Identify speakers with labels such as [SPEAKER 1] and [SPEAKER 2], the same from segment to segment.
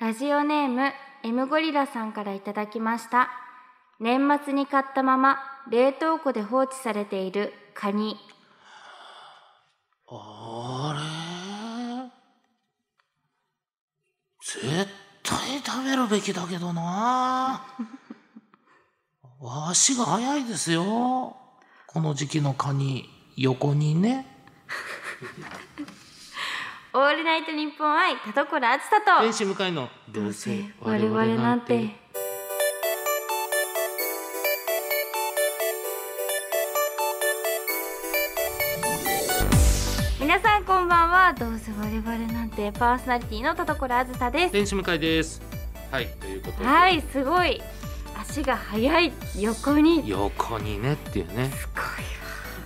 [SPEAKER 1] ラジオネーム M ゴリラさんからいただきました。年末に買ったまま冷凍庫で放置されているカニ。
[SPEAKER 2] あれ絶対食べるべきだけどな 足が早いですよこの時期のカニ横にね
[SPEAKER 1] オールナイトニッポン愛田所あつさ
[SPEAKER 2] 天
[SPEAKER 1] と。
[SPEAKER 2] 使向かいのどうせ
[SPEAKER 1] 我々なんて。皆さんこんばんは。どうせ我々なんてパーソナリティの田所あずさです。
[SPEAKER 2] 天使向かいですはいということで、
[SPEAKER 1] はい、すごい。足が速い横に。す
[SPEAKER 2] 横にねっていうね
[SPEAKER 1] ごいわ。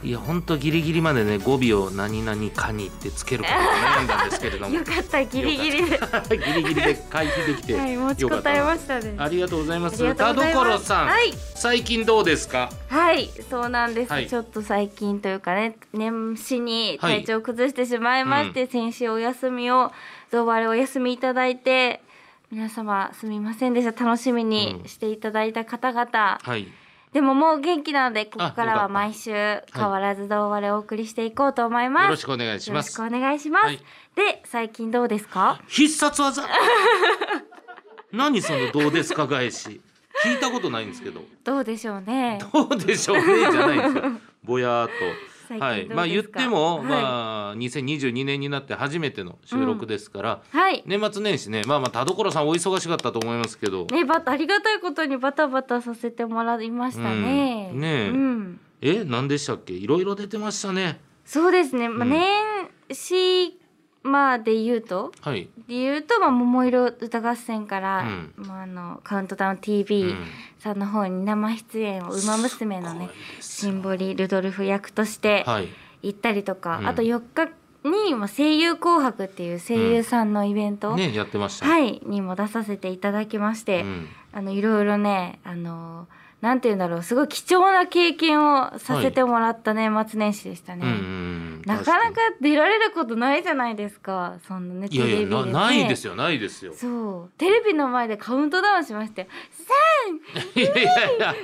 [SPEAKER 2] いやほんとギリギリまでね語尾を何々カニってつけることに悩んだんですけれど も
[SPEAKER 1] よかったギリギリで、
[SPEAKER 2] ギリギリで回避できて
[SPEAKER 1] はい、持ち
[SPEAKER 2] よか
[SPEAKER 1] こ
[SPEAKER 2] った
[SPEAKER 1] た
[SPEAKER 2] な
[SPEAKER 1] えましたね。
[SPEAKER 2] ありがとうございま
[SPEAKER 1] あ
[SPEAKER 2] す。
[SPEAKER 1] りがと
[SPEAKER 2] 田
[SPEAKER 1] うございます
[SPEAKER 2] 所さん、
[SPEAKER 1] はい
[SPEAKER 2] 最近どうですか。
[SPEAKER 1] はい、そうなんです、
[SPEAKER 2] はい
[SPEAKER 1] ちょっと最近というかね、年始に体調を崩してしまいまして、先週お休みを、ゾウバレお休みいただいて、皆様すみませんでした。楽しみに
[SPEAKER 2] うん
[SPEAKER 1] していただいた方々。
[SPEAKER 2] はい。
[SPEAKER 1] でももう元気なので、ここ
[SPEAKER 2] あ
[SPEAKER 1] から
[SPEAKER 2] よか
[SPEAKER 1] は
[SPEAKER 2] った
[SPEAKER 1] 毎週変わらずゾウバレをお送りしていこうと思います。
[SPEAKER 2] よろしくお願いします。
[SPEAKER 1] よろしくお願いします。
[SPEAKER 2] はい
[SPEAKER 1] で、最近どうですか
[SPEAKER 2] 必殺技。 何そのどうですか返し。聞いたことないんですけど。
[SPEAKER 1] どうでしょうね。
[SPEAKER 2] どうでしょうねじゃないんですよ。ぼやーっと。
[SPEAKER 1] 最近どう
[SPEAKER 2] は
[SPEAKER 1] で
[SPEAKER 2] い。
[SPEAKER 1] すか
[SPEAKER 2] まあ言っても、
[SPEAKER 1] はい
[SPEAKER 2] まあ2022年になって初めての収録ですから、
[SPEAKER 1] はい。
[SPEAKER 2] 年末年始ね、まあまあ田所さんお忙しかったと思いますけど、
[SPEAKER 1] ね、ばありがたいことにバタバタさせてもらいましたね。
[SPEAKER 2] うんねえ
[SPEAKER 1] うん
[SPEAKER 2] え、何でしたっけ？いろいろ出てましたね。
[SPEAKER 1] そうですね。まあ、
[SPEAKER 2] うん
[SPEAKER 1] 年始まあで言うと、
[SPEAKER 2] はい。
[SPEAKER 1] で言うと、まあ、桃色歌合戦から、
[SPEAKER 2] うん
[SPEAKER 1] まあ、あの、カウントダウン
[SPEAKER 2] う
[SPEAKER 1] TV
[SPEAKER 2] ん
[SPEAKER 1] さんの方に生出演を、ウマ娘のね
[SPEAKER 2] すご、いです
[SPEAKER 1] シ
[SPEAKER 2] よ
[SPEAKER 1] ンボリ・ルドルフ役として
[SPEAKER 2] はい。
[SPEAKER 1] 行ったりとか、
[SPEAKER 2] うん
[SPEAKER 1] あと4日に、まあ、声優紅白っていう声優さんのイベント、
[SPEAKER 2] ねやってました。
[SPEAKER 1] はい、にも出させていただきまして、
[SPEAKER 2] うん
[SPEAKER 1] あのいろいろねあのなんて言うんだろうすごい貴重な経験をさせてもらった年末年始でしたね、
[SPEAKER 2] うんうんうん
[SPEAKER 1] なかなか出られることないじゃないですかそんなね
[SPEAKER 2] いやいやな
[SPEAKER 1] ね
[SPEAKER 2] ないですよないですよ。
[SPEAKER 1] そうテレビの前でカウントダウンしまして
[SPEAKER 2] いやいやいや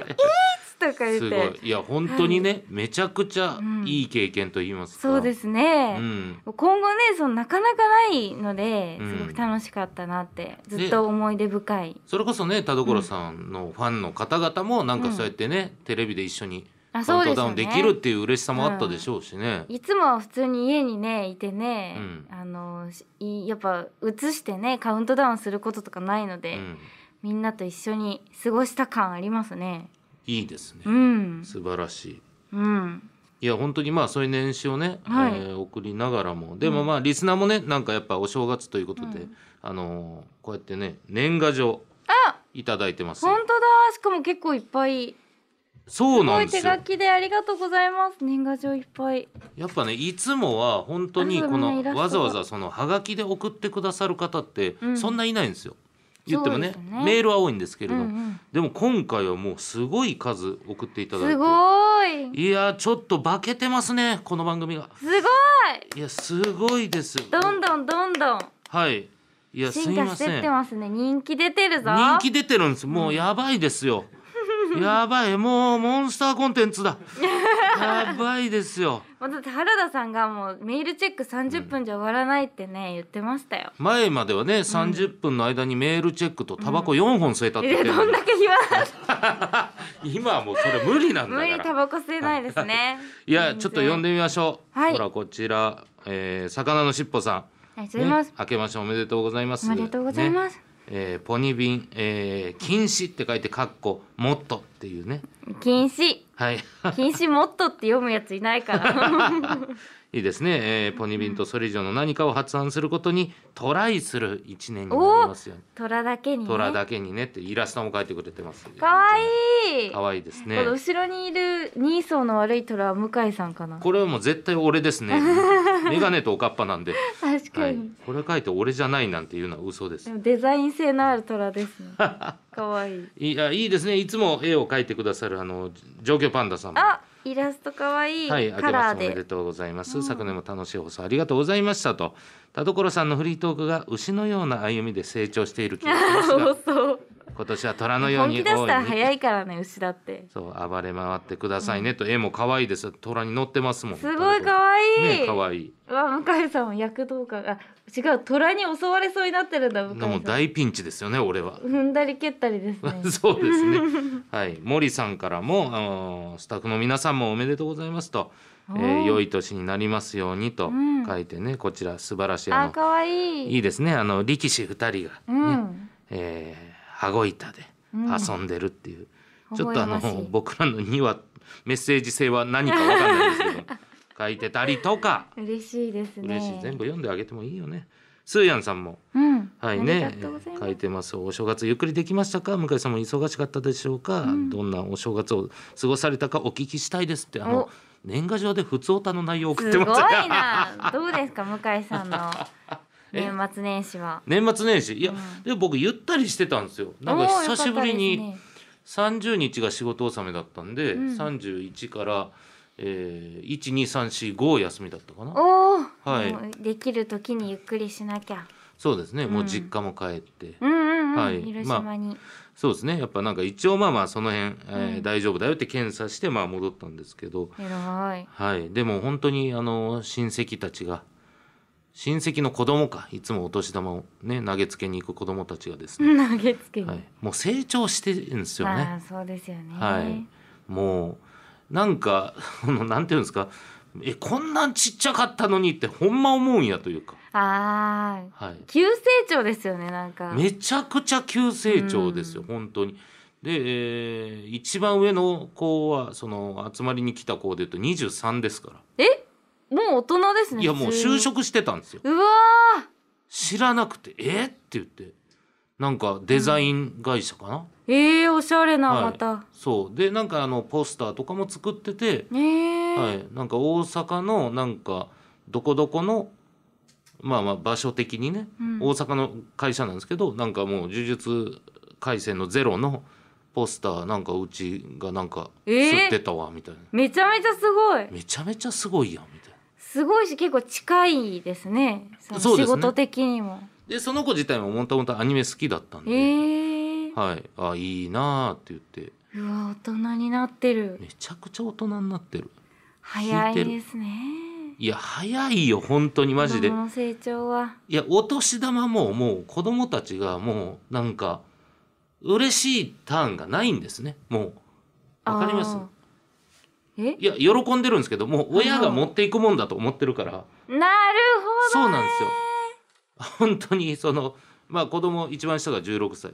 [SPEAKER 1] 「3!」とか言
[SPEAKER 2] す
[SPEAKER 1] っ
[SPEAKER 2] ご
[SPEAKER 1] て
[SPEAKER 2] いいや本当にね、めちゃくちゃいい経験と言いますか。
[SPEAKER 1] そうです
[SPEAKER 2] う
[SPEAKER 1] ね、
[SPEAKER 2] ん。
[SPEAKER 1] 今後ねそのなかなかないので
[SPEAKER 2] うん
[SPEAKER 1] すごく楽しかったなって、ずっと思い出深い
[SPEAKER 2] それこそね田所さんのファンの方々もなんかそうやってね、テレビで一緒に
[SPEAKER 1] あ
[SPEAKER 2] カ
[SPEAKER 1] そう
[SPEAKER 2] ウン
[SPEAKER 1] で
[SPEAKER 2] ト
[SPEAKER 1] す
[SPEAKER 2] ダ
[SPEAKER 1] よ
[SPEAKER 2] ウン
[SPEAKER 1] ね
[SPEAKER 2] できるっていう嬉しさもあったでしょうしね。
[SPEAKER 1] いつもは普通に家にねいてね、
[SPEAKER 2] うん
[SPEAKER 1] あのしいやっぱ映してねカウントダウンすることとかないの
[SPEAKER 2] う
[SPEAKER 1] で、
[SPEAKER 2] ん、
[SPEAKER 1] みんなと一緒に過ごした感ありますね。
[SPEAKER 2] いいですね
[SPEAKER 1] う。ん、
[SPEAKER 2] 素晴らしい。
[SPEAKER 1] うん、
[SPEAKER 2] いや本当にまあそういう年始をね、
[SPEAKER 1] はい
[SPEAKER 2] えー送りながらもでもまあリスナーもねなんかやっぱお正月ということで、
[SPEAKER 1] うん
[SPEAKER 2] あのーこうやってね年賀状いただいてます
[SPEAKER 1] 本当だしかも結構いっぱい
[SPEAKER 2] そう
[SPEAKER 1] す
[SPEAKER 2] な
[SPEAKER 1] ご
[SPEAKER 2] ん
[SPEAKER 1] い
[SPEAKER 2] で
[SPEAKER 1] 手
[SPEAKER 2] すよ
[SPEAKER 1] 書きでありがとうございます年賀状いっぱい
[SPEAKER 2] やっぱねいつもは本当に
[SPEAKER 1] あそう
[SPEAKER 2] こ
[SPEAKER 1] みんなイラ
[SPEAKER 2] の
[SPEAKER 1] ストが
[SPEAKER 2] わざわざそのハガキで送ってくださる方って
[SPEAKER 1] うん
[SPEAKER 2] そんないないんですよ、言ってもね
[SPEAKER 1] そうですね
[SPEAKER 2] メールは多いんですけれど、
[SPEAKER 1] うん
[SPEAKER 2] でも今回はもうすごい数送っていた
[SPEAKER 1] うん、
[SPEAKER 2] だいて
[SPEAKER 1] すごい
[SPEAKER 2] いやちょっと化けてますねこの番組が
[SPEAKER 1] すごい
[SPEAKER 2] いやすごいです
[SPEAKER 1] どんどんどんどん
[SPEAKER 2] はいいやすい
[SPEAKER 1] 進化
[SPEAKER 2] ま
[SPEAKER 1] し
[SPEAKER 2] せ
[SPEAKER 1] てっ
[SPEAKER 2] ん
[SPEAKER 1] てますね人気出てるぞ
[SPEAKER 2] 人気出てるんですもうやばいで すよやばいもうモンスターコンテンツだやばいですよ
[SPEAKER 1] もうだって原田さんがもうメールチェック30分じゃ終わらないってね、言ってましたよ。
[SPEAKER 2] 前まではね30分の間にメールチェックとタバコ4本吸えたって
[SPEAKER 1] い
[SPEAKER 2] 言
[SPEAKER 1] や
[SPEAKER 2] ってる
[SPEAKER 1] どん
[SPEAKER 2] のに
[SPEAKER 1] だけ暇だ った
[SPEAKER 2] 今はもうそれ無理なんだ
[SPEAKER 1] 無理
[SPEAKER 2] か
[SPEAKER 1] タ
[SPEAKER 2] ら
[SPEAKER 1] バコ吸えないですね。
[SPEAKER 2] いやちょっと読ん
[SPEAKER 1] で。
[SPEAKER 2] でみましょう
[SPEAKER 1] はい
[SPEAKER 2] ほらこちらえー魚のしっぽさ
[SPEAKER 1] ありがと
[SPEAKER 2] ん
[SPEAKER 1] うございます
[SPEAKER 2] ね。明けましておめでとうございます
[SPEAKER 1] ありがとうござい
[SPEAKER 2] ね
[SPEAKER 1] ます。
[SPEAKER 2] えーポニビンえー禁止って書いてカッコもっとっていうね
[SPEAKER 1] 禁止
[SPEAKER 2] はい
[SPEAKER 1] 禁止モットって読むやついない から。
[SPEAKER 2] いいですね、えーポニビンとそれ以上の何かを発案することにトライする一年になりますよ、ね、
[SPEAKER 1] 虎だけに、ね。
[SPEAKER 2] 虎だけにねってイラストも描いてくれてます
[SPEAKER 1] 可愛いい。
[SPEAKER 2] かわいいですね
[SPEAKER 1] この後ろにいる二層の悪い虎は向井さんかな。
[SPEAKER 2] これはもう絶対俺で すねメガネとおかっぱなんで、
[SPEAKER 1] 確か
[SPEAKER 2] はい
[SPEAKER 1] に。、
[SPEAKER 2] これ描いて俺じゃないなんていうのは嘘です
[SPEAKER 1] でもデザイン性のある虎です ね。可愛いい。
[SPEAKER 2] いやいいですねいつも絵を描いてくださるあの状況パンダさんも
[SPEAKER 1] あ、イラスト可愛い
[SPEAKER 2] はい、明
[SPEAKER 1] カ
[SPEAKER 2] けま
[SPEAKER 1] ラー
[SPEAKER 2] しておめ
[SPEAKER 1] で
[SPEAKER 2] でとうございます。昨年も楽しい放送ありがとうございましたと。田所さんのフリートークが牛のような歩みで成長している気がします
[SPEAKER 1] そ
[SPEAKER 2] が
[SPEAKER 1] う、そう
[SPEAKER 2] 今年は虎のよう
[SPEAKER 1] 本
[SPEAKER 2] に
[SPEAKER 1] 気出し
[SPEAKER 2] 大
[SPEAKER 1] たら
[SPEAKER 2] いに。
[SPEAKER 1] 早いからね牛だって
[SPEAKER 2] そう、暴れ回ってくださいねと、絵も可愛いです。虎に乗ってますもん。
[SPEAKER 1] すごい可愛い
[SPEAKER 2] ね、可愛い。
[SPEAKER 1] うわ向井さんも躍動感があ違う虎に襲われそうになってるんだ向井
[SPEAKER 2] でもう
[SPEAKER 1] さん
[SPEAKER 2] 大ピンチですよね、俺は。
[SPEAKER 1] 踏んだり蹴ったりですね
[SPEAKER 2] そうです ね。はい、森さんからも、あのースタッフの皆さんもおめでとうございますと。えー
[SPEAKER 1] おー
[SPEAKER 2] 良い年になりますようにと
[SPEAKER 1] うん
[SPEAKER 2] 書いてね、こちら素晴らしい。あ
[SPEAKER 1] あ
[SPEAKER 2] の
[SPEAKER 1] 可愛い
[SPEAKER 2] いいですね、あの力士二人が、
[SPEAKER 1] う
[SPEAKER 2] ね
[SPEAKER 1] ん
[SPEAKER 2] えー羽子板で
[SPEAKER 1] うん
[SPEAKER 2] 遊んでるっていう。
[SPEAKER 1] うん
[SPEAKER 2] ちょっとあ
[SPEAKER 1] 微笑ま
[SPEAKER 2] の
[SPEAKER 1] しい
[SPEAKER 2] 僕らのにはメッセージ性は何かわかんないですけど。書いてたりとか、
[SPEAKER 1] 嬉しいですね
[SPEAKER 2] 嬉しい、全部読んであげてもいいよね。スーヤンさんも。
[SPEAKER 1] うん
[SPEAKER 2] はい
[SPEAKER 1] あ
[SPEAKER 2] ね
[SPEAKER 1] りがとうござい、ます
[SPEAKER 2] 書いてます。お正月ゆっくりできましたか、向井さんも忙しかったでしょうか。どんなお正月を過ごされたかお聞きしたいですって、あの
[SPEAKER 1] お
[SPEAKER 2] 年賀状で普通歌の内容を送っ
[SPEAKER 1] す
[SPEAKER 2] て
[SPEAKER 1] ごい
[SPEAKER 2] ます。
[SPEAKER 1] などうですか向井さん の
[SPEAKER 2] え
[SPEAKER 1] 年末年始は
[SPEAKER 2] 年末年始、いや、
[SPEAKER 1] うん
[SPEAKER 2] でも僕ゆったりしてたんですよ。なんか
[SPEAKER 1] おー
[SPEAKER 2] 久しぶり
[SPEAKER 1] よかっ
[SPEAKER 2] に
[SPEAKER 1] たですね
[SPEAKER 2] 三十日が仕事納めだったんで、
[SPEAKER 1] うん
[SPEAKER 2] 三十一から。えー、1、2、3、4、5休みだったかな
[SPEAKER 1] おー
[SPEAKER 2] はい
[SPEAKER 1] もうできる時にゆっくりしなきゃ
[SPEAKER 2] そうですね、もううん実家も帰って
[SPEAKER 1] うんうんうん、
[SPEAKER 2] はい
[SPEAKER 1] 広島に、
[SPEAKER 2] そうですねやっぱなんか一応まあまあその辺、えー
[SPEAKER 1] うん
[SPEAKER 2] 大丈夫だよって検査してまあ戻ったんですけど、
[SPEAKER 1] 偉い
[SPEAKER 2] はい、でも本当にあの親戚たちが親戚の子供かいつもお年玉をね投げつけに行く子供たちがですね、
[SPEAKER 1] 投げつけに、
[SPEAKER 2] はい、もう成長してるんですよ
[SPEAKER 1] ま
[SPEAKER 2] ね。
[SPEAKER 1] あそうですよね、
[SPEAKER 2] はい、もうなんか あのなんていうんですかえこんなんちっちゃかったのにってほんま思うんやというか、
[SPEAKER 1] あー
[SPEAKER 2] はい、
[SPEAKER 1] 急成長ですよねなんか
[SPEAKER 2] めちゃくちゃ急成長ですよ、
[SPEAKER 1] うん
[SPEAKER 2] 本当に。で、えー一番上の子はその集まりに来た子で言うと23ですか
[SPEAKER 1] えもう大人です
[SPEAKER 2] ら
[SPEAKER 1] ね
[SPEAKER 2] いやもう
[SPEAKER 1] 普通に
[SPEAKER 2] 就職してたんですよ
[SPEAKER 1] うわ
[SPEAKER 2] 知らなくて「えっ?」って言ってなんかデザイン会社かな、
[SPEAKER 1] ーえー、おしゃれな、
[SPEAKER 2] はい
[SPEAKER 1] また
[SPEAKER 2] そうでなんかあのポスターとかも作ってて、
[SPEAKER 1] ねえー
[SPEAKER 2] はい、なんか大阪のなんかどこどこのまあまあ場所的にね、
[SPEAKER 1] うん
[SPEAKER 2] 大阪の会社なんですけどなんかもう「呪術廻戦」のゼロのポスターなんかうちがなんか
[SPEAKER 1] えー
[SPEAKER 2] 吸ってたわみたいな、
[SPEAKER 1] めちゃめちゃすごい
[SPEAKER 2] めちゃめちゃすごいやんみたいな
[SPEAKER 1] すごいし結構近いですねその
[SPEAKER 2] そうで
[SPEAKER 1] 仕
[SPEAKER 2] すね
[SPEAKER 1] 事的にも、
[SPEAKER 2] でその子自体ももともとアニメ好きだったん
[SPEAKER 1] え
[SPEAKER 2] で、
[SPEAKER 1] ー、
[SPEAKER 2] はいあいいなあって言って
[SPEAKER 1] うわ大人になってる
[SPEAKER 2] めちゃくちゃ大人になってる
[SPEAKER 1] 早い
[SPEAKER 2] 引いて
[SPEAKER 1] で
[SPEAKER 2] る
[SPEAKER 1] すね
[SPEAKER 2] いや早いよ本当にマジで
[SPEAKER 1] 子供の成長はい
[SPEAKER 2] やお年玉ももう子供たちがもうなんか嬉しいターンがないんですねもうわかります
[SPEAKER 1] あーえ
[SPEAKER 2] いや喜んでるんですけどもう親が持っていくもんだと思ってるから
[SPEAKER 1] なるほど
[SPEAKER 2] そうなんですよ本当にそのまあ子供一番下が16歳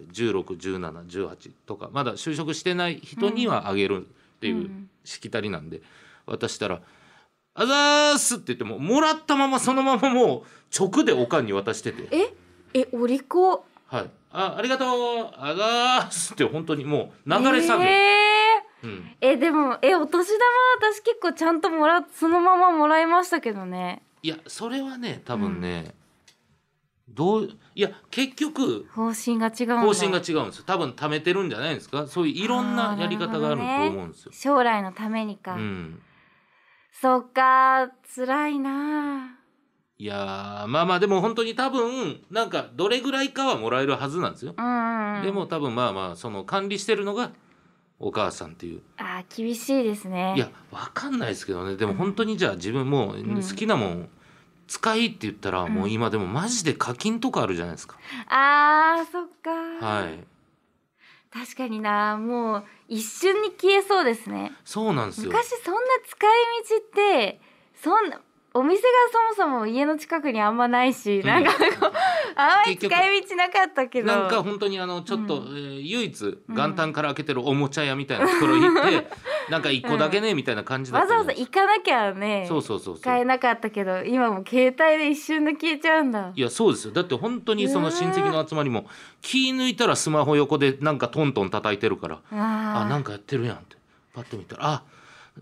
[SPEAKER 2] 161718とかまだ就職してない人にはあげるっていうしきたりなんで渡したら「あざーす」って言ってももらったままそのままもう直でおかんに渡してて。
[SPEAKER 1] ええお利口
[SPEAKER 2] はい、あありがとうあざーすって本当にもう流れ作業、
[SPEAKER 1] え
[SPEAKER 2] うん、
[SPEAKER 1] ーえでもえお年玉私結構ちゃんともらそのままもらいましたけどね
[SPEAKER 2] いやそれはね多分ね、どういや結局
[SPEAKER 1] 方針が違うんだ
[SPEAKER 2] 方針が違うんですよ多分貯めてるんじゃないですかそういういろんなやり方があると思うんですよ、
[SPEAKER 1] 将来のために
[SPEAKER 2] う
[SPEAKER 1] か、
[SPEAKER 2] ん、
[SPEAKER 1] そっか辛いない
[SPEAKER 2] やーまあまあでも本当に多分なんかどれぐらいかはもらえるはずなんですよ、
[SPEAKER 1] うんうん
[SPEAKER 2] でも多分まあまあその管理してるのがお母さんっていう
[SPEAKER 1] あー厳しいですね
[SPEAKER 2] いやわかんないですけどねでも本当にじゃあ自分もうん好きなもん使いって言ったら
[SPEAKER 1] ん
[SPEAKER 2] もう今でもマジで課金とかあるじゃないですか、
[SPEAKER 1] あーそっか、
[SPEAKER 2] はい
[SPEAKER 1] 確かになもう一瞬に消えそうですね
[SPEAKER 2] そうなんですよ
[SPEAKER 1] 昔そんな使い道ってそんなお店がそもそも家の近くにあんまないし、
[SPEAKER 2] ん
[SPEAKER 1] なんかこうあんまり
[SPEAKER 2] 結
[SPEAKER 1] 使
[SPEAKER 2] 局
[SPEAKER 1] い道なかったけど
[SPEAKER 2] なんか本当にあのちょっ
[SPEAKER 1] う
[SPEAKER 2] と、えー唯一元旦から開けてるおもちゃ屋みたいなところ行 って、なんか一個だけねみたいな感じだ
[SPEAKER 1] わ
[SPEAKER 2] った
[SPEAKER 1] ざ
[SPEAKER 2] じゃ
[SPEAKER 1] わ
[SPEAKER 2] な
[SPEAKER 1] ざ
[SPEAKER 2] いです
[SPEAKER 1] 行かなきゃね
[SPEAKER 2] かそうそうそうそう
[SPEAKER 1] 使えなかったけど今もう携帯で一瞬で消えちゃうんだ
[SPEAKER 2] いやそうですよだって本当にその親戚の集まりも気抜いたらスマホ横でなんかトントン叩いてるから
[SPEAKER 1] あ
[SPEAKER 2] あ
[SPEAKER 1] ー
[SPEAKER 2] なんかやってるやんってパッと見たらあ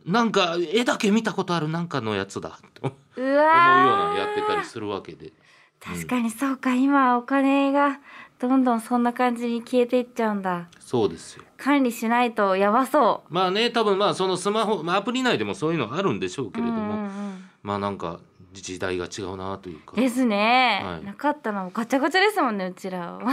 [SPEAKER 2] なんか絵だけ見たことあるなんかのやつだと思
[SPEAKER 1] う
[SPEAKER 2] うよう
[SPEAKER 1] わー
[SPEAKER 2] なやってたりするわけで
[SPEAKER 1] 確かにそうか今お金がどんどんそんな感じに消えていっちゃうんだ
[SPEAKER 2] そうですよ
[SPEAKER 1] 管理しないとやばそ
[SPEAKER 2] まあね多分まあそのスマホ、まあ、アプリ内でもそういうのあるんでしょう
[SPEAKER 1] う
[SPEAKER 2] けれども、
[SPEAKER 1] うんうん
[SPEAKER 2] まあなんか時代が違うなというか
[SPEAKER 1] うん、ですね、
[SPEAKER 2] はい
[SPEAKER 1] なかったなガチャガチャですもんねうちらは
[SPEAKER 2] うん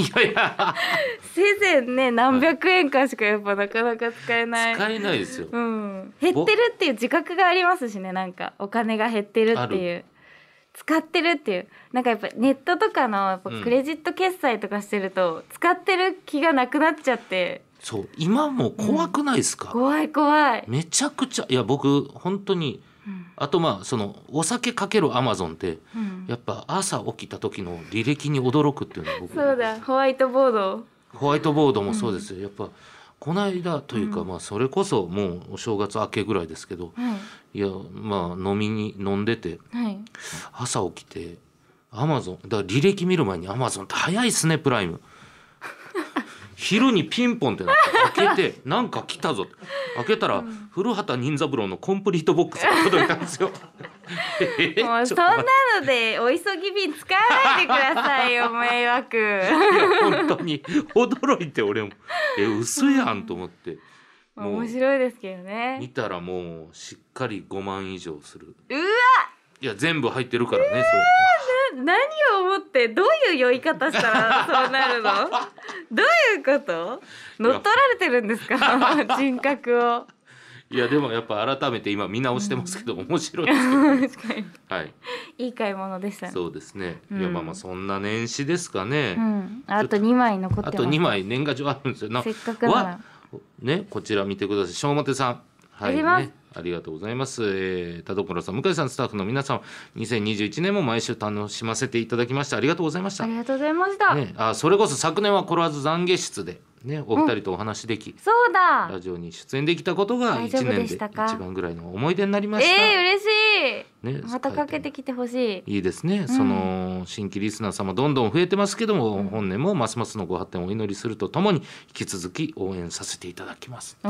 [SPEAKER 2] いやいや
[SPEAKER 1] せいぜいね何百円かしかやっぱなかなか使えない
[SPEAKER 2] 使えないですよ
[SPEAKER 1] うん、減ってるっていう自覚がありますしねなんかお金が減ってる
[SPEAKER 2] あ
[SPEAKER 1] っていう
[SPEAKER 2] る
[SPEAKER 1] 使ってるっていうなんかやっぱネットとかのやっぱ
[SPEAKER 2] うん
[SPEAKER 1] クレジット決済とかしてると、使ってる気がなくなっちゃって
[SPEAKER 2] そう今も怖くないですか、
[SPEAKER 1] 怖い怖い、
[SPEAKER 2] めちゃくちゃいや僕本当に
[SPEAKER 1] うん
[SPEAKER 2] あとまあそのお酒かけるアマゾンって
[SPEAKER 1] うん
[SPEAKER 2] やっぱ朝起きた時の履歴に驚くっていうのは僕
[SPEAKER 1] そうだホワイトボード
[SPEAKER 2] ホワイトボードもそうですよ、やっぱこの間というか、
[SPEAKER 1] うん
[SPEAKER 2] まあそれこそもうお正月明けぐらいですけど
[SPEAKER 1] はい
[SPEAKER 2] いやまあ飲みに飲んでて
[SPEAKER 1] はい
[SPEAKER 2] 朝起きてアマゾンだから履歴見る前にアマゾンって早いっすねプライ ム昼にピンポンってなって 開けてなんか来たぞって開けたら、古畑任三郎のコンプリートボックスが届いた んですよえー
[SPEAKER 1] もう
[SPEAKER 2] ち
[SPEAKER 1] そ
[SPEAKER 2] ょっと
[SPEAKER 1] んな
[SPEAKER 2] 待って
[SPEAKER 1] のでお急ぎ便使わないでくださいよ迷惑
[SPEAKER 2] いや本当に驚いて俺もえ嘘やんと思って、 もう
[SPEAKER 1] 面白いですけど
[SPEAKER 2] 見
[SPEAKER 1] ね
[SPEAKER 2] たらもうしっかり5万以上する
[SPEAKER 1] うわ
[SPEAKER 2] いや全部入ってるからね
[SPEAKER 1] 何を思ってどういう酔い方したらそうな るのどういうこと乗っ取られてるんですか 人格を
[SPEAKER 2] そういやでもやっぱ改めて今見直してますけど面白いですけ
[SPEAKER 1] 確かに
[SPEAKER 2] どはい
[SPEAKER 1] いい買い物でしたね
[SPEAKER 2] そうですね、
[SPEAKER 1] うん
[SPEAKER 2] いやまあまあそんな年始ですか
[SPEAKER 1] う
[SPEAKER 2] ね、
[SPEAKER 1] ん、あと2枚残ってま
[SPEAKER 2] あ
[SPEAKER 1] す
[SPEAKER 2] と2枚年賀状あるんですよな
[SPEAKER 1] せっかくなら
[SPEAKER 2] わねこちら見てください小本さんは
[SPEAKER 1] あ
[SPEAKER 2] い
[SPEAKER 1] ります
[SPEAKER 2] ねありがとうございます、えー、田所さん向井さんスタッフの皆さん2021年も毎週楽しませていただきましたありがとうございました
[SPEAKER 1] ありがとうございました、
[SPEAKER 2] ね、あそれこそ昨年は「コロワーズ懺悔室で」ね、お二人とお話しでき、
[SPEAKER 1] そうだ
[SPEAKER 2] ラジオに出演できたことが
[SPEAKER 1] 大
[SPEAKER 2] 1
[SPEAKER 1] 丈夫
[SPEAKER 2] 年
[SPEAKER 1] で
[SPEAKER 2] で
[SPEAKER 1] し
[SPEAKER 2] 一
[SPEAKER 1] たか
[SPEAKER 2] 番ぐらいの思い出になりました。
[SPEAKER 1] えー、嬉し
[SPEAKER 2] ね
[SPEAKER 1] いまたかけてきてほしい
[SPEAKER 2] いいですね、その新規リスナー様どんどん増えてますけども、本年もますますのご発展をお祈りするとともに引き続き応援させていただきます。
[SPEAKER 1] お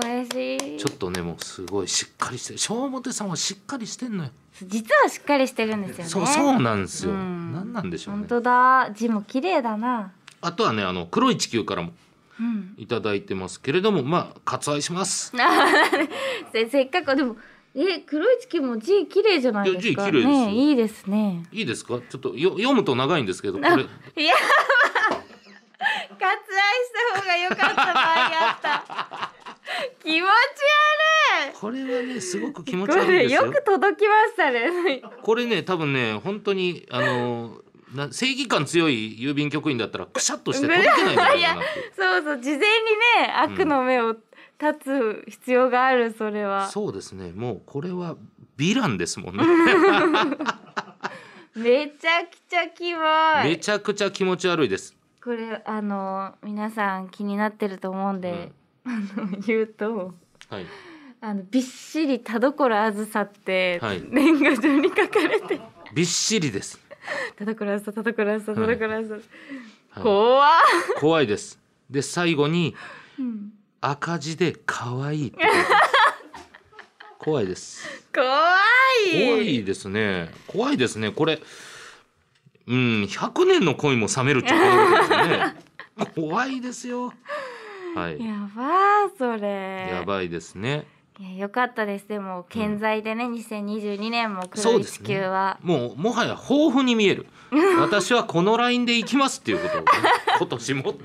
[SPEAKER 1] ー嬉しい
[SPEAKER 2] ちょっとねもうすごいしっかりしてる小表さんはしっかりしてんのよ。
[SPEAKER 1] 実はしっかりしてるんですよね
[SPEAKER 2] そうそうなんですよ。
[SPEAKER 1] うん
[SPEAKER 2] なんなんでしょうね
[SPEAKER 1] 本。当だ字も綺麗だな
[SPEAKER 2] あとはねあの黒い地球からも
[SPEAKER 1] うん
[SPEAKER 2] いただいてますけれどもまあ割愛します。
[SPEAKER 1] せせっかくでもえ黒い月も字綺麗じゃないですか
[SPEAKER 2] いや字綺麗ですよ
[SPEAKER 1] ねえいいですね
[SPEAKER 2] いいですかちょっとよ読むと長いんですけど これ
[SPEAKER 1] いやまあ割愛した方が良かった場合があ った気持ち悪い
[SPEAKER 2] これはねすごく気持
[SPEAKER 1] こ
[SPEAKER 2] ち悪いで
[SPEAKER 1] れ
[SPEAKER 2] すよ
[SPEAKER 1] よく届きましたね
[SPEAKER 2] これね多分ね本当にあのな正義感強い郵便局員だったらくしゃっとして届けないんじゃないかなって
[SPEAKER 1] そうそう事前にね悪の目を立つ必要があるそれは、
[SPEAKER 2] そうですねもうこれはヴィランですもんね
[SPEAKER 1] めちゃくちゃキモい
[SPEAKER 2] めちゃくちゃ気持ち悪いです、
[SPEAKER 1] これあの皆さん気になってると思うん
[SPEAKER 2] う
[SPEAKER 1] で
[SPEAKER 2] ん、
[SPEAKER 1] あの 言うと
[SPEAKER 2] はい、
[SPEAKER 1] あのびっしり田所あずさって
[SPEAKER 2] はい
[SPEAKER 1] 年賀状に書かれて、
[SPEAKER 2] びっしりです、
[SPEAKER 1] 田所あずさ田所あずさ田所あずさ、
[SPEAKER 2] は
[SPEAKER 1] 怖っ、
[SPEAKER 2] い、怖いですで最後に
[SPEAKER 1] うん
[SPEAKER 2] 赤字で可愛いって書いてます怖いです
[SPEAKER 1] 怖い
[SPEAKER 2] 怖いですね怖いですねこれうん100年の恋も冷めるってことですね 怖いですよはい
[SPEAKER 1] やばーそれ
[SPEAKER 2] やばいですね
[SPEAKER 1] いやよかったですでも健在でね、2022年も黒い地球は、
[SPEAKER 2] もうもはや豊富に見える私はこのラインで行きますっていう ことをね、今年もって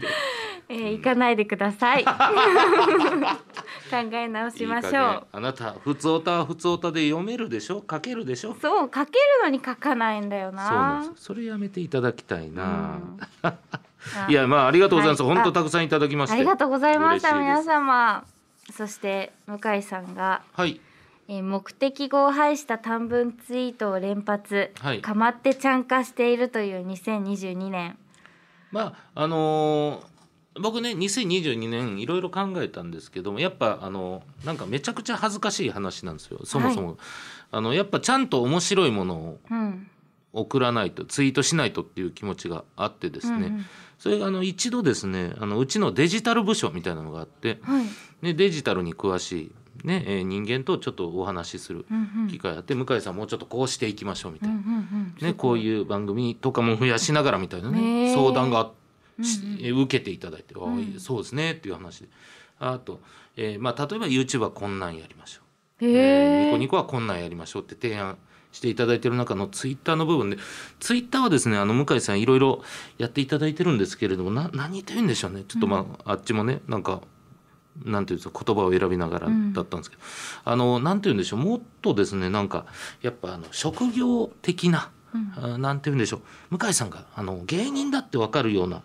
[SPEAKER 1] えー行かないでくださ い考え直しましょう
[SPEAKER 2] いい加減あなた普通歌は普通歌で読めるでしょ書けるでしょ
[SPEAKER 1] そう書けるのに書かないんだよ
[SPEAKER 2] そうな
[SPEAKER 1] な
[SPEAKER 2] んですよそれやめていただきたいな、
[SPEAKER 1] あ
[SPEAKER 2] いやまあありがとうございます、
[SPEAKER 1] はい
[SPEAKER 2] 本当たくさんいただきまして
[SPEAKER 1] ありがとうございました
[SPEAKER 2] 嬉しいです
[SPEAKER 1] 皆様そして向井さんが、
[SPEAKER 2] はい
[SPEAKER 1] えー目的語を排した短文ツイートを連発、
[SPEAKER 2] はい
[SPEAKER 1] かまってちゃん化しているという2022年
[SPEAKER 2] まああのー僕ね2022年いろいろ考えたんですけどもやっぱあのなんかめちゃくちゃ恥ずかしい話なんですよそもそも、あのやっぱちゃんと面白いものを
[SPEAKER 1] うん
[SPEAKER 2] 送らないとツイートしないとっていう気持ちがあってですね、
[SPEAKER 1] うん
[SPEAKER 2] それがあの一度ですねあのうちのデジタル部署みたいなのがあって
[SPEAKER 1] うんはい
[SPEAKER 2] でデジタルに詳しいねえー人間とちょっとお話しする
[SPEAKER 1] うんうん
[SPEAKER 2] 機会あって、向井さんもうちょっとこうしていきましょうみた
[SPEAKER 1] う
[SPEAKER 2] い
[SPEAKER 1] んう
[SPEAKER 2] な、
[SPEAKER 1] んうん
[SPEAKER 2] ね、こういう番組とかも増やしながらみたいなね、
[SPEAKER 1] へー
[SPEAKER 2] 相談がし
[SPEAKER 1] うんうん
[SPEAKER 2] えー受けていただいて、あー
[SPEAKER 1] うん
[SPEAKER 2] そうですねっていう話であと、えーまあ、例えば YouTube はこんなんやりましょう。
[SPEAKER 1] へ
[SPEAKER 2] えーニ
[SPEAKER 1] え
[SPEAKER 2] コニコはこんなんやりましょうって提案していただいてる中のツイッターの部分でツイッターはですねあの向井さんいろいろやっていただいてるんですけれどもな何と言うんでしょうねちょっとまあ、あっちもねなんかなんていうんですか言葉を選びながらだったんですけど、あのなんて言うんでしょうもっとですねなんかやっぱあの職業的な、
[SPEAKER 1] うん
[SPEAKER 2] あなんて言うんでしょう向井さんがあの芸人だってわかるような、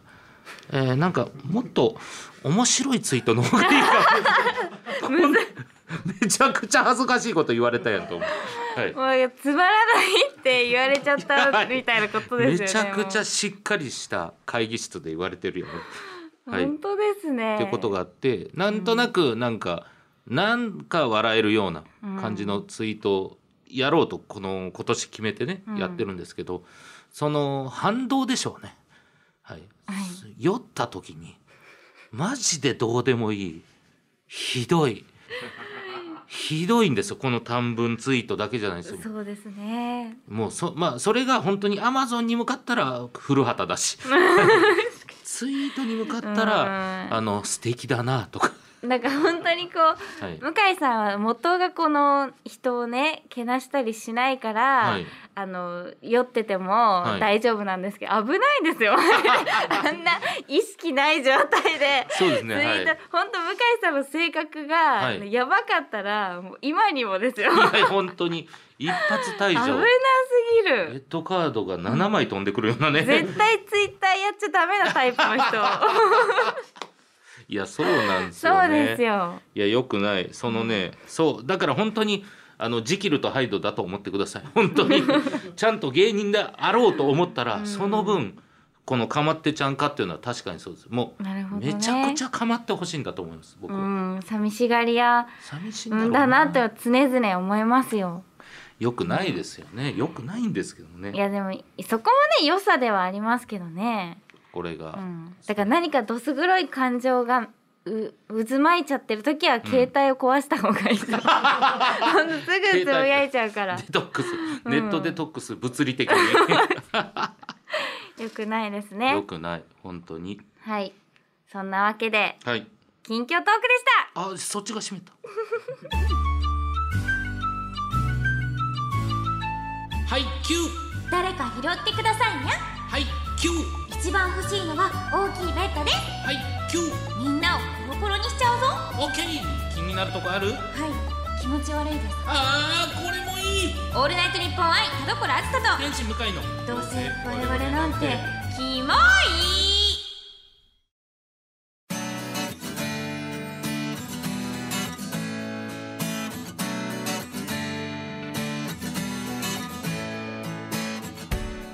[SPEAKER 2] えーなんかもっと面白いツイートの方がいいかも
[SPEAKER 1] むずい
[SPEAKER 2] めちゃくちゃ恥ずかしいこと言われたやんと思う。はい。
[SPEAKER 1] もうつまらないって言われちゃったみたいなことで
[SPEAKER 2] め
[SPEAKER 1] すよね
[SPEAKER 2] ちゃくち
[SPEAKER 1] も
[SPEAKER 2] ゃしっかりした会議室で言われてるよね。
[SPEAKER 1] う
[SPEAKER 2] はい。っ
[SPEAKER 1] 本当ですね
[SPEAKER 2] てことがあって、なんとなくなんか、なんか笑えるような感じのツイートをやろうとこの今年決めてね、
[SPEAKER 1] うん
[SPEAKER 2] やってるんですけど、その反動でしょうね。はい。酔った時にマジでどうでもいいひどいひどいんですよこの短文ツイートだけじゃないですよ。
[SPEAKER 1] そうですね
[SPEAKER 2] もうそまあそれが本当にアマゾンに向かったら古畑 だしツイートに向かったら
[SPEAKER 1] うん
[SPEAKER 2] あの素敵だなとか、
[SPEAKER 1] なんか本当にこう
[SPEAKER 2] はい、
[SPEAKER 1] 向井さんは元がこの人をねけなしたりしないから、
[SPEAKER 2] はい
[SPEAKER 1] あの酔ってても
[SPEAKER 2] い
[SPEAKER 1] 大丈夫なんですけど、危ないです よあんな意識ない状態で。
[SPEAKER 2] そうですね
[SPEAKER 1] ツイ
[SPEAKER 2] はい
[SPEAKER 1] ート本当向井さんの性格が、
[SPEAKER 2] はい
[SPEAKER 1] やばかったらもう今にもですよ
[SPEAKER 2] いや本当に一発退
[SPEAKER 1] 危なす
[SPEAKER 2] 場
[SPEAKER 1] ぎ
[SPEAKER 2] レ
[SPEAKER 1] る
[SPEAKER 2] ッドカードが7枚飛んでくるようなね
[SPEAKER 1] 絶対ツイッターやっちゃダメなタイプの人
[SPEAKER 2] いや そうなんですよね
[SPEAKER 1] そうですよ
[SPEAKER 2] いやよくないそのね、そうだから本当にあのジキルとハイドだと思ってください本当 にちゃんと芸人であろうと思ったら、
[SPEAKER 1] うん
[SPEAKER 2] その分この「かまってちゃんか」っていうのは確かにそうですもう、
[SPEAKER 1] なるほどね
[SPEAKER 2] めちゃくちゃかまってほしいんだと思います僕
[SPEAKER 1] う
[SPEAKER 2] は、
[SPEAKER 1] ん寂しがり屋
[SPEAKER 2] 寂しいんだろう
[SPEAKER 1] うんだなと常々思いますよ
[SPEAKER 2] よくないですよねよくないんですけど
[SPEAKER 1] い
[SPEAKER 2] ね
[SPEAKER 1] やでもそこもね良さではありますけどね、
[SPEAKER 2] これが、
[SPEAKER 1] うん、だから何かどす黒い感情がう渦巻いちゃってる時は携帯を壊した方がいいと、 ほんとすぐつぶやいちゃうから
[SPEAKER 2] デトックス
[SPEAKER 1] ん
[SPEAKER 2] ネットデトックス、物理的に
[SPEAKER 1] よくないです
[SPEAKER 2] よ
[SPEAKER 1] ね
[SPEAKER 2] くない本当に
[SPEAKER 1] はいそんなわけで
[SPEAKER 2] はい
[SPEAKER 1] 近況トークでした
[SPEAKER 2] あそっちが閉めたはいキュー
[SPEAKER 3] 誰か拾ってくださいにゃ
[SPEAKER 2] はい、キュー、
[SPEAKER 3] 一番欲しいのは大きいベッドです
[SPEAKER 2] はい、キュー、
[SPEAKER 3] みんなをコロコロにしちゃうぞは
[SPEAKER 2] オッケー。気になるとこある？
[SPEAKER 3] い気持ち悪いです
[SPEAKER 2] ああ、これもいい。
[SPEAKER 3] オールナイトニッポン愛田所あずさ
[SPEAKER 2] 天使向かいの。
[SPEAKER 3] とどうせ我々なんてキモい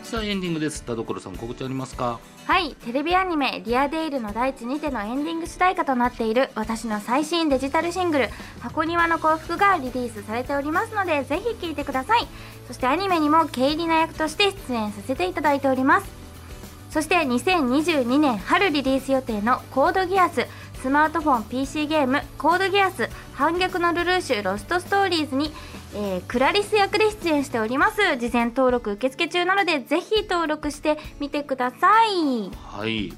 [SPEAKER 2] さあエンディングです。田所さん告知ありますか？
[SPEAKER 1] はいテレビアニメ「リアデイルの大地にて」のエンディング主題歌となっている私の最新デジタルシングル「箱庭の幸福」がリリースされておりますのでぜひ聴いてくださいそしてアニメにも経理な役として出演させていただいておりますそして2022年春リリース予定の「コードギアス」スマートフォン PC ゲーム「コードギアス反逆のルルーシュロストストーリーズに」えークラリス役で出演しております事前登録受付中なのでぜひ登録してみてください
[SPEAKER 2] はい。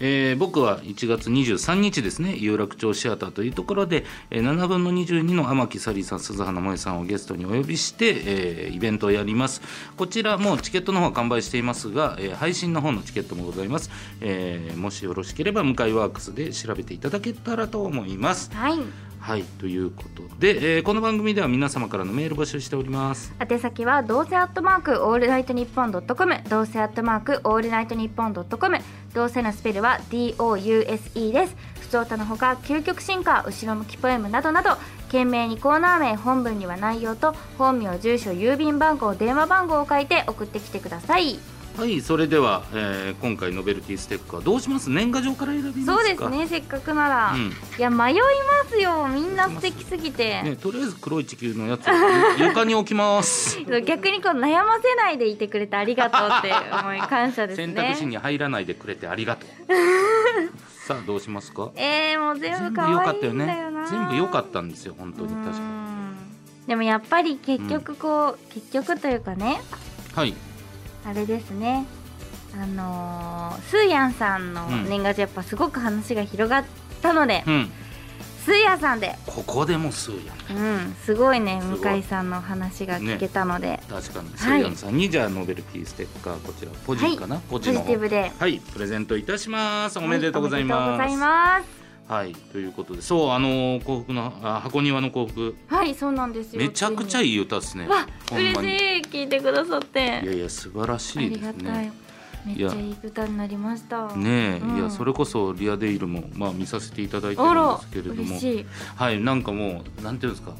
[SPEAKER 2] えー僕は1月23日ですね有楽町シアターというところで、えー7分の22の天木サリーさん鈴花萌さんをゲストにお呼びして、えーイベントをやりますこちらもうチケットの方は完売していますが、えー配信の方のチケットもございます、えーもしよろしければ向井ワークスで調べていただけたらと思います
[SPEAKER 1] はい
[SPEAKER 2] はいということで、えーこの番組では皆様からのメール募集しております
[SPEAKER 1] 宛先はどうせアットマークオールナイトニッポンドットコムどうせアットマークオールナイトニッポンドットコムどうせのスペルは DOUSE です不調歌のほか究極進化後ろ向きポエムなどなど懸命にコーナー名本文には内容と本名住所郵便番号電話番号を書いて送ってきてください
[SPEAKER 2] はいそれでは、えー今回ノベルティステッカーどうします年賀状から選びますか
[SPEAKER 1] そうですねせっかくなら、
[SPEAKER 2] うん
[SPEAKER 1] いや迷いますよみんな素敵すぎて、
[SPEAKER 2] ねとりあえず黒い地球のやつを ゆ床に置きます
[SPEAKER 1] そう逆にこう悩ませないでいてくれてありがとうって思 い感謝ですね
[SPEAKER 2] 選択肢に入らないでくれてあり がとうさあどうしますか
[SPEAKER 1] えー、もう全部
[SPEAKER 2] 全部
[SPEAKER 1] 可
[SPEAKER 2] 良か
[SPEAKER 1] 愛
[SPEAKER 2] っ
[SPEAKER 1] い
[SPEAKER 2] たよ
[SPEAKER 1] んだ
[SPEAKER 2] ね
[SPEAKER 1] よな
[SPEAKER 2] 全部良かったんですよ本当に確
[SPEAKER 1] う
[SPEAKER 2] か
[SPEAKER 1] んでもやっぱり結局こう、結局というかね
[SPEAKER 2] はい
[SPEAKER 1] あれですねあのースーヤンさんの年賀状やっぱすごく話が広がったので、
[SPEAKER 2] うん
[SPEAKER 1] スーヤンさんで
[SPEAKER 2] ここでもスーヤン
[SPEAKER 1] うんすごいね
[SPEAKER 2] すごい
[SPEAKER 1] 向井さんの話が聞けたので、
[SPEAKER 2] 確かにスーヤンさんにじゃあノベルティステッカーこちらポジかな、ポ
[SPEAKER 1] ポジ
[SPEAKER 2] ジ
[SPEAKER 1] テ
[SPEAKER 2] の方
[SPEAKER 1] ィブで
[SPEAKER 2] はいプレゼントいたしますおめでとうござい
[SPEAKER 1] はいお
[SPEAKER 2] ま
[SPEAKER 1] めでとうござい
[SPEAKER 2] す
[SPEAKER 1] ます
[SPEAKER 2] はいということでそうあのー幸福のあ箱庭の幸福
[SPEAKER 1] はいそうなんですよ
[SPEAKER 2] めちゃくちゃ
[SPEAKER 1] い
[SPEAKER 2] いい歌ですね
[SPEAKER 1] わ
[SPEAKER 2] ほん
[SPEAKER 1] 嬉
[SPEAKER 2] まにい
[SPEAKER 1] しい聞いてくださって
[SPEAKER 2] やいや素晴らしいです
[SPEAKER 1] ありがた
[SPEAKER 2] ね
[SPEAKER 1] いめっちゃいい歌になりました
[SPEAKER 2] ねえ、
[SPEAKER 1] うん
[SPEAKER 2] いやそれこそリアデイルもまあ見させていただいてる
[SPEAKER 1] あ
[SPEAKER 2] ん
[SPEAKER 1] ら
[SPEAKER 2] ですけれど
[SPEAKER 1] 嬉
[SPEAKER 2] も
[SPEAKER 1] しい
[SPEAKER 2] はいなんかもうなんていうんですか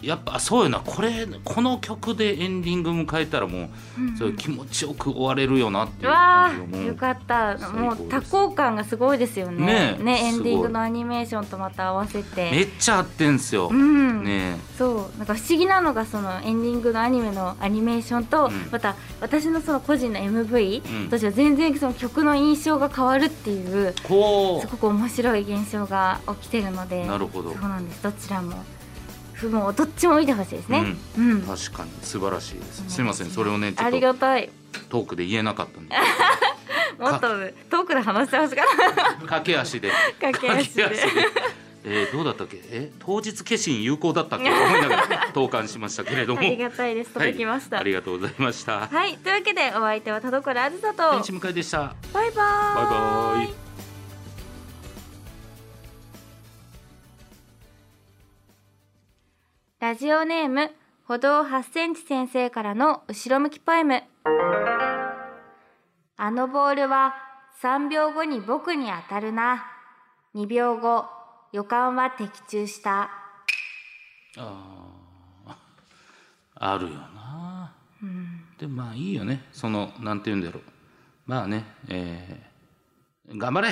[SPEAKER 2] やっぱあそうよなこれこの曲でエンディング迎えたらもう、
[SPEAKER 1] うん
[SPEAKER 2] そういう気持ちよく終われるよなっていう
[SPEAKER 1] うわ
[SPEAKER 2] 感じがも
[SPEAKER 1] あ
[SPEAKER 2] う
[SPEAKER 1] よかったもう
[SPEAKER 2] 最高です
[SPEAKER 1] 多幸感がすごいですよね
[SPEAKER 2] ねえ
[SPEAKER 1] ねエンディング
[SPEAKER 2] す
[SPEAKER 1] の
[SPEAKER 2] ごい
[SPEAKER 1] アニメーションとまた合わせ
[SPEAKER 2] め
[SPEAKER 1] て
[SPEAKER 2] っちゃ合ってんすよ、
[SPEAKER 1] うん
[SPEAKER 2] ね
[SPEAKER 1] そうなんか不思議なのがそのエンディングのアニメのアニメーションと、
[SPEAKER 2] うん
[SPEAKER 1] また私のその個人の MV、
[SPEAKER 2] うん
[SPEAKER 1] としては全然その曲の印象が変わるっていう
[SPEAKER 2] えこ
[SPEAKER 1] すごく面白い現象が起きてるので
[SPEAKER 2] うなるほど
[SPEAKER 1] そうなんですどちらも不もうどっちも見てほしいですね、うん
[SPEAKER 2] 確かに素晴らしいです、
[SPEAKER 1] うん
[SPEAKER 2] すいませんそれをねちょ
[SPEAKER 1] あ
[SPEAKER 2] っ
[SPEAKER 1] り
[SPEAKER 2] と
[SPEAKER 1] がたい
[SPEAKER 2] トークで言えなかった んで
[SPEAKER 1] もっと遠くで話してほしかっ
[SPEAKER 2] 駆け足で
[SPEAKER 1] た駆け足で
[SPEAKER 2] 駆け足でえーどうだったっけえ当日決心有効だったっけと思いながら投函しましたけれども
[SPEAKER 1] ありがたいです
[SPEAKER 2] はい
[SPEAKER 1] 届きました、
[SPEAKER 2] ありがとうございました
[SPEAKER 1] はい、というわけでお相手は田所あずさと
[SPEAKER 2] 天使向井でした
[SPEAKER 1] バイバ
[SPEAKER 2] バイ
[SPEAKER 1] ーイ
[SPEAKER 2] バイ
[SPEAKER 1] ラジオネーム歩道8センチ先生からの後ろ向きポエムあのボールは3秒後に僕に当たるな2秒後予感は的中した
[SPEAKER 2] あーあるよな、でまあいいよねそのなんて言うんだろうまあねえー頑張れ